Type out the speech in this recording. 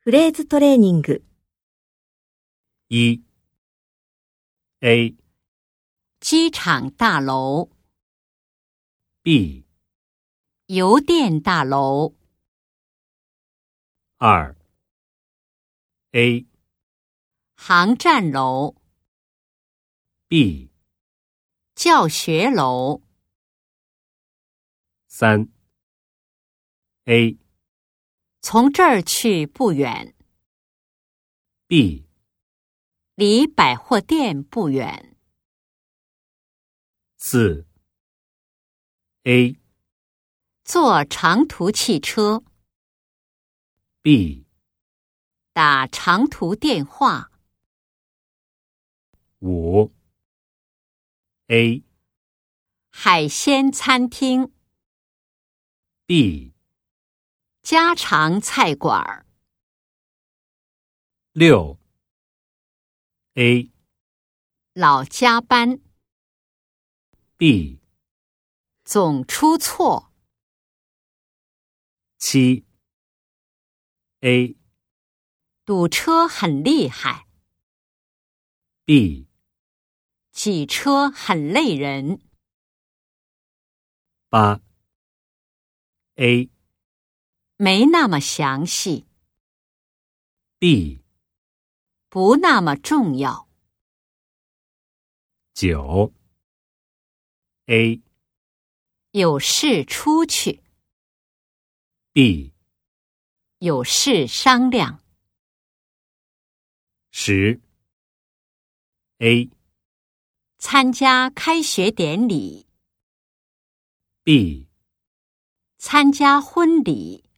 フレーズトレーニング一 A、机场大楼、 B、邮电大楼、二 A、航站楼、 B、教学楼、三 A、从这儿去不远， B、离百货店不远。四 A、坐长途汽车， B、打长途电话，五 A、海鲜餐厅、 B、家常菜馆儿、六 A、老家班、 B、总出错、七 A、堵车很厉害、 B、挤车很累人、八 A、没那么详细， B、不那么重要。九 A、有事出去， B、有事商量。十 A、参加开学典礼， B、参加婚礼，